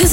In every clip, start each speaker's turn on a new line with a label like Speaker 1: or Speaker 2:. Speaker 1: this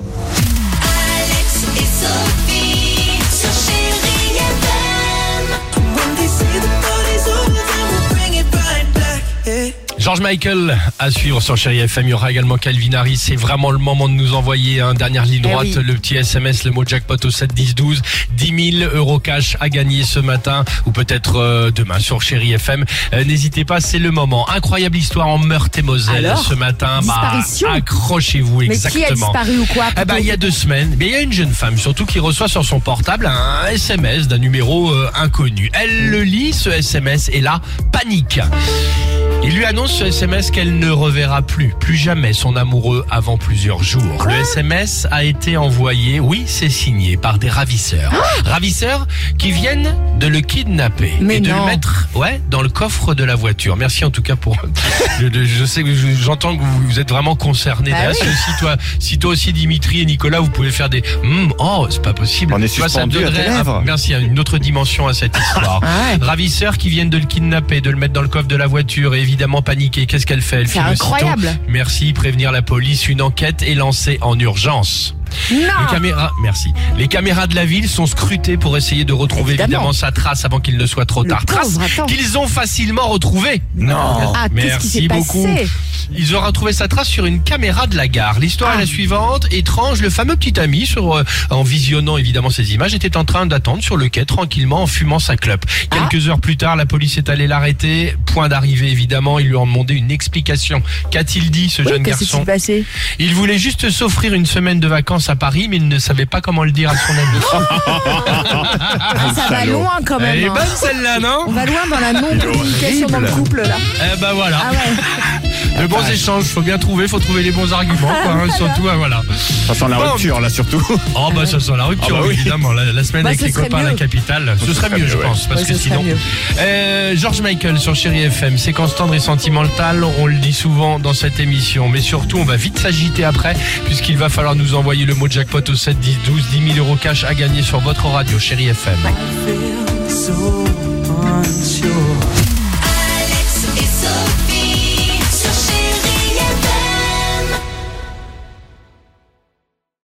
Speaker 2: Alex et Sophie sur Chéri FM. When they say the party's over, then we'll bring it right back. Yeah.
Speaker 3: George Michael à suivre sur Chéri FM. Il y aura également Calvin Harris. C'est vraiment le moment de nous envoyer un dernière
Speaker 4: Eh
Speaker 3: ligne droite, le petit SMS, le mot jackpot au 7 10 12. 10 000 euros cash à gagner ce matin ou peut-être euh, demain sur Chéri FM. Euh, N'hésitez pas, c'est le moment. Incroyable histoire en Meurthe et Moselle
Speaker 4: Alors
Speaker 3: ce matin. Bah,
Speaker 4: Disparition
Speaker 3: accrochez-vous
Speaker 4: Mais qui a
Speaker 3: exactement.
Speaker 4: disparu ou quoi
Speaker 3: Eh ben, il y a deux semaines, mais il y a une jeune femme surtout qui reçoit sur son portable un SMS d'un numéro euh, inconnu. Elle le lit ce SMS et là, panique. Il lui annonce ce SMS qu'elle ne reverra plus, plus jamais son amoureux avant plusieurs jours.
Speaker 4: Ah.
Speaker 3: Le SMS a été envoyé, oui, c'est signé par des ravisseurs. ravisseurs qui viennent de le kidnapper
Speaker 4: Ah. Mais
Speaker 3: et de
Speaker 4: non.
Speaker 3: le mettre, ouais, dans le coffre de la voiture. Merci en tout cas pour. je, je- je sais que je- j'entends que vous, vous êtes vraiment concernés.
Speaker 4: Bah
Speaker 3: D'ailleurs,
Speaker 4: oui.
Speaker 3: si- si toi, si toi aussi Dimitri et Nicolas, vous pouvez faire des. Hmm, oh, c'est pas possible.
Speaker 5: On est
Speaker 3: Tu vois, ça
Speaker 5: suspendu à tes
Speaker 3: donnerait un-
Speaker 5: lèvres.
Speaker 3: merci, une autre dimension à cette histoire.
Speaker 4: Ah
Speaker 3: Ravisseurs qui viennent de le kidnapper, de le mettre dans le coffre de la voiture et évidemment paniquer. Qu'est-ce qu'elle fait Elle
Speaker 4: C'est
Speaker 3: file aussitôt.
Speaker 4: incroyable.
Speaker 3: Merci, prévenir la police. Une enquête est lancée en urgence. Les
Speaker 4: Non
Speaker 3: caméras, merci. Les caméras de la ville sont scrutées pour essayer de retrouver évidemment,
Speaker 4: Évidemment.
Speaker 3: sa trace avant qu'il ne soit trop
Speaker 4: Le
Speaker 3: tard. Trace
Speaker 4: pauvre, attends.
Speaker 3: qu'ils ont facilement retrouvée.
Speaker 5: Non.
Speaker 4: Ah, qu'est-ce qui
Speaker 3: Oh, Merci
Speaker 4: s'est
Speaker 3: beaucoup.
Speaker 4: passé
Speaker 3: Ils ont retrouvé sa trace sur une caméra de la gare. L'histoire
Speaker 4: Ah.
Speaker 3: est la suivante. Étrange, le fameux petit ami, sur, euh, en visionnant évidemment ces images, était en train d'attendre sur le quai tranquillement en fumant sa clope.
Speaker 4: Ah.
Speaker 3: Quelques heures plus tard, la police est allée l'arrêter. Point d'arrivée évidemment, ils lui ont demandé une explication. Qu'a-t-il dit ce jeune
Speaker 4: Qu'est-ce qui
Speaker 3: garçon
Speaker 4: s'est passé
Speaker 3: Il voulait juste s'offrir une semaine de vacances à Paris, mais il ne savait pas comment le dire à son
Speaker 4: Oh,
Speaker 3: ami.
Speaker 4: Ah, ça va
Speaker 5: salaud.
Speaker 4: loin quand
Speaker 3: Elle est
Speaker 4: même. hein.
Speaker 3: bonne Eh ben, celle-là,
Speaker 4: On
Speaker 3: non
Speaker 4: va loin dans la non-communication dans le couple là.
Speaker 3: Eh ben voilà.
Speaker 4: Ah ouais.
Speaker 3: De bons
Speaker 4: Ah,
Speaker 3: échanges, faut bien trouver, faut trouver les bons arguments, quoi, hein, surtout, hein, voilà.
Speaker 5: Ça sent la
Speaker 3: Bon.
Speaker 5: rupture là surtout.
Speaker 3: Oh bah ça sent la rupture
Speaker 5: Ah bah oui.
Speaker 3: évidemment la, la semaine
Speaker 4: Bah,
Speaker 3: avec
Speaker 4: ce
Speaker 3: les
Speaker 4: serait
Speaker 3: copains à la
Speaker 4: mieux. Ah, bah
Speaker 3: capitale ce serait mieux je
Speaker 5: mieux, ouais.
Speaker 3: pense parce
Speaker 4: Ouais,
Speaker 3: que
Speaker 4: ce serait
Speaker 3: sinon
Speaker 4: mieux.
Speaker 3: euh, George Michael sur Chéri FM séquence tendre et sentimentale on le dit souvent dans cette émission mais surtout on va vite s'agiter après puisqu'il va falloir nous envoyer le mot jackpot au 7 10 12 10 000 euros cash à gagner sur votre radio Chéri FM
Speaker 2: Feel so unsure.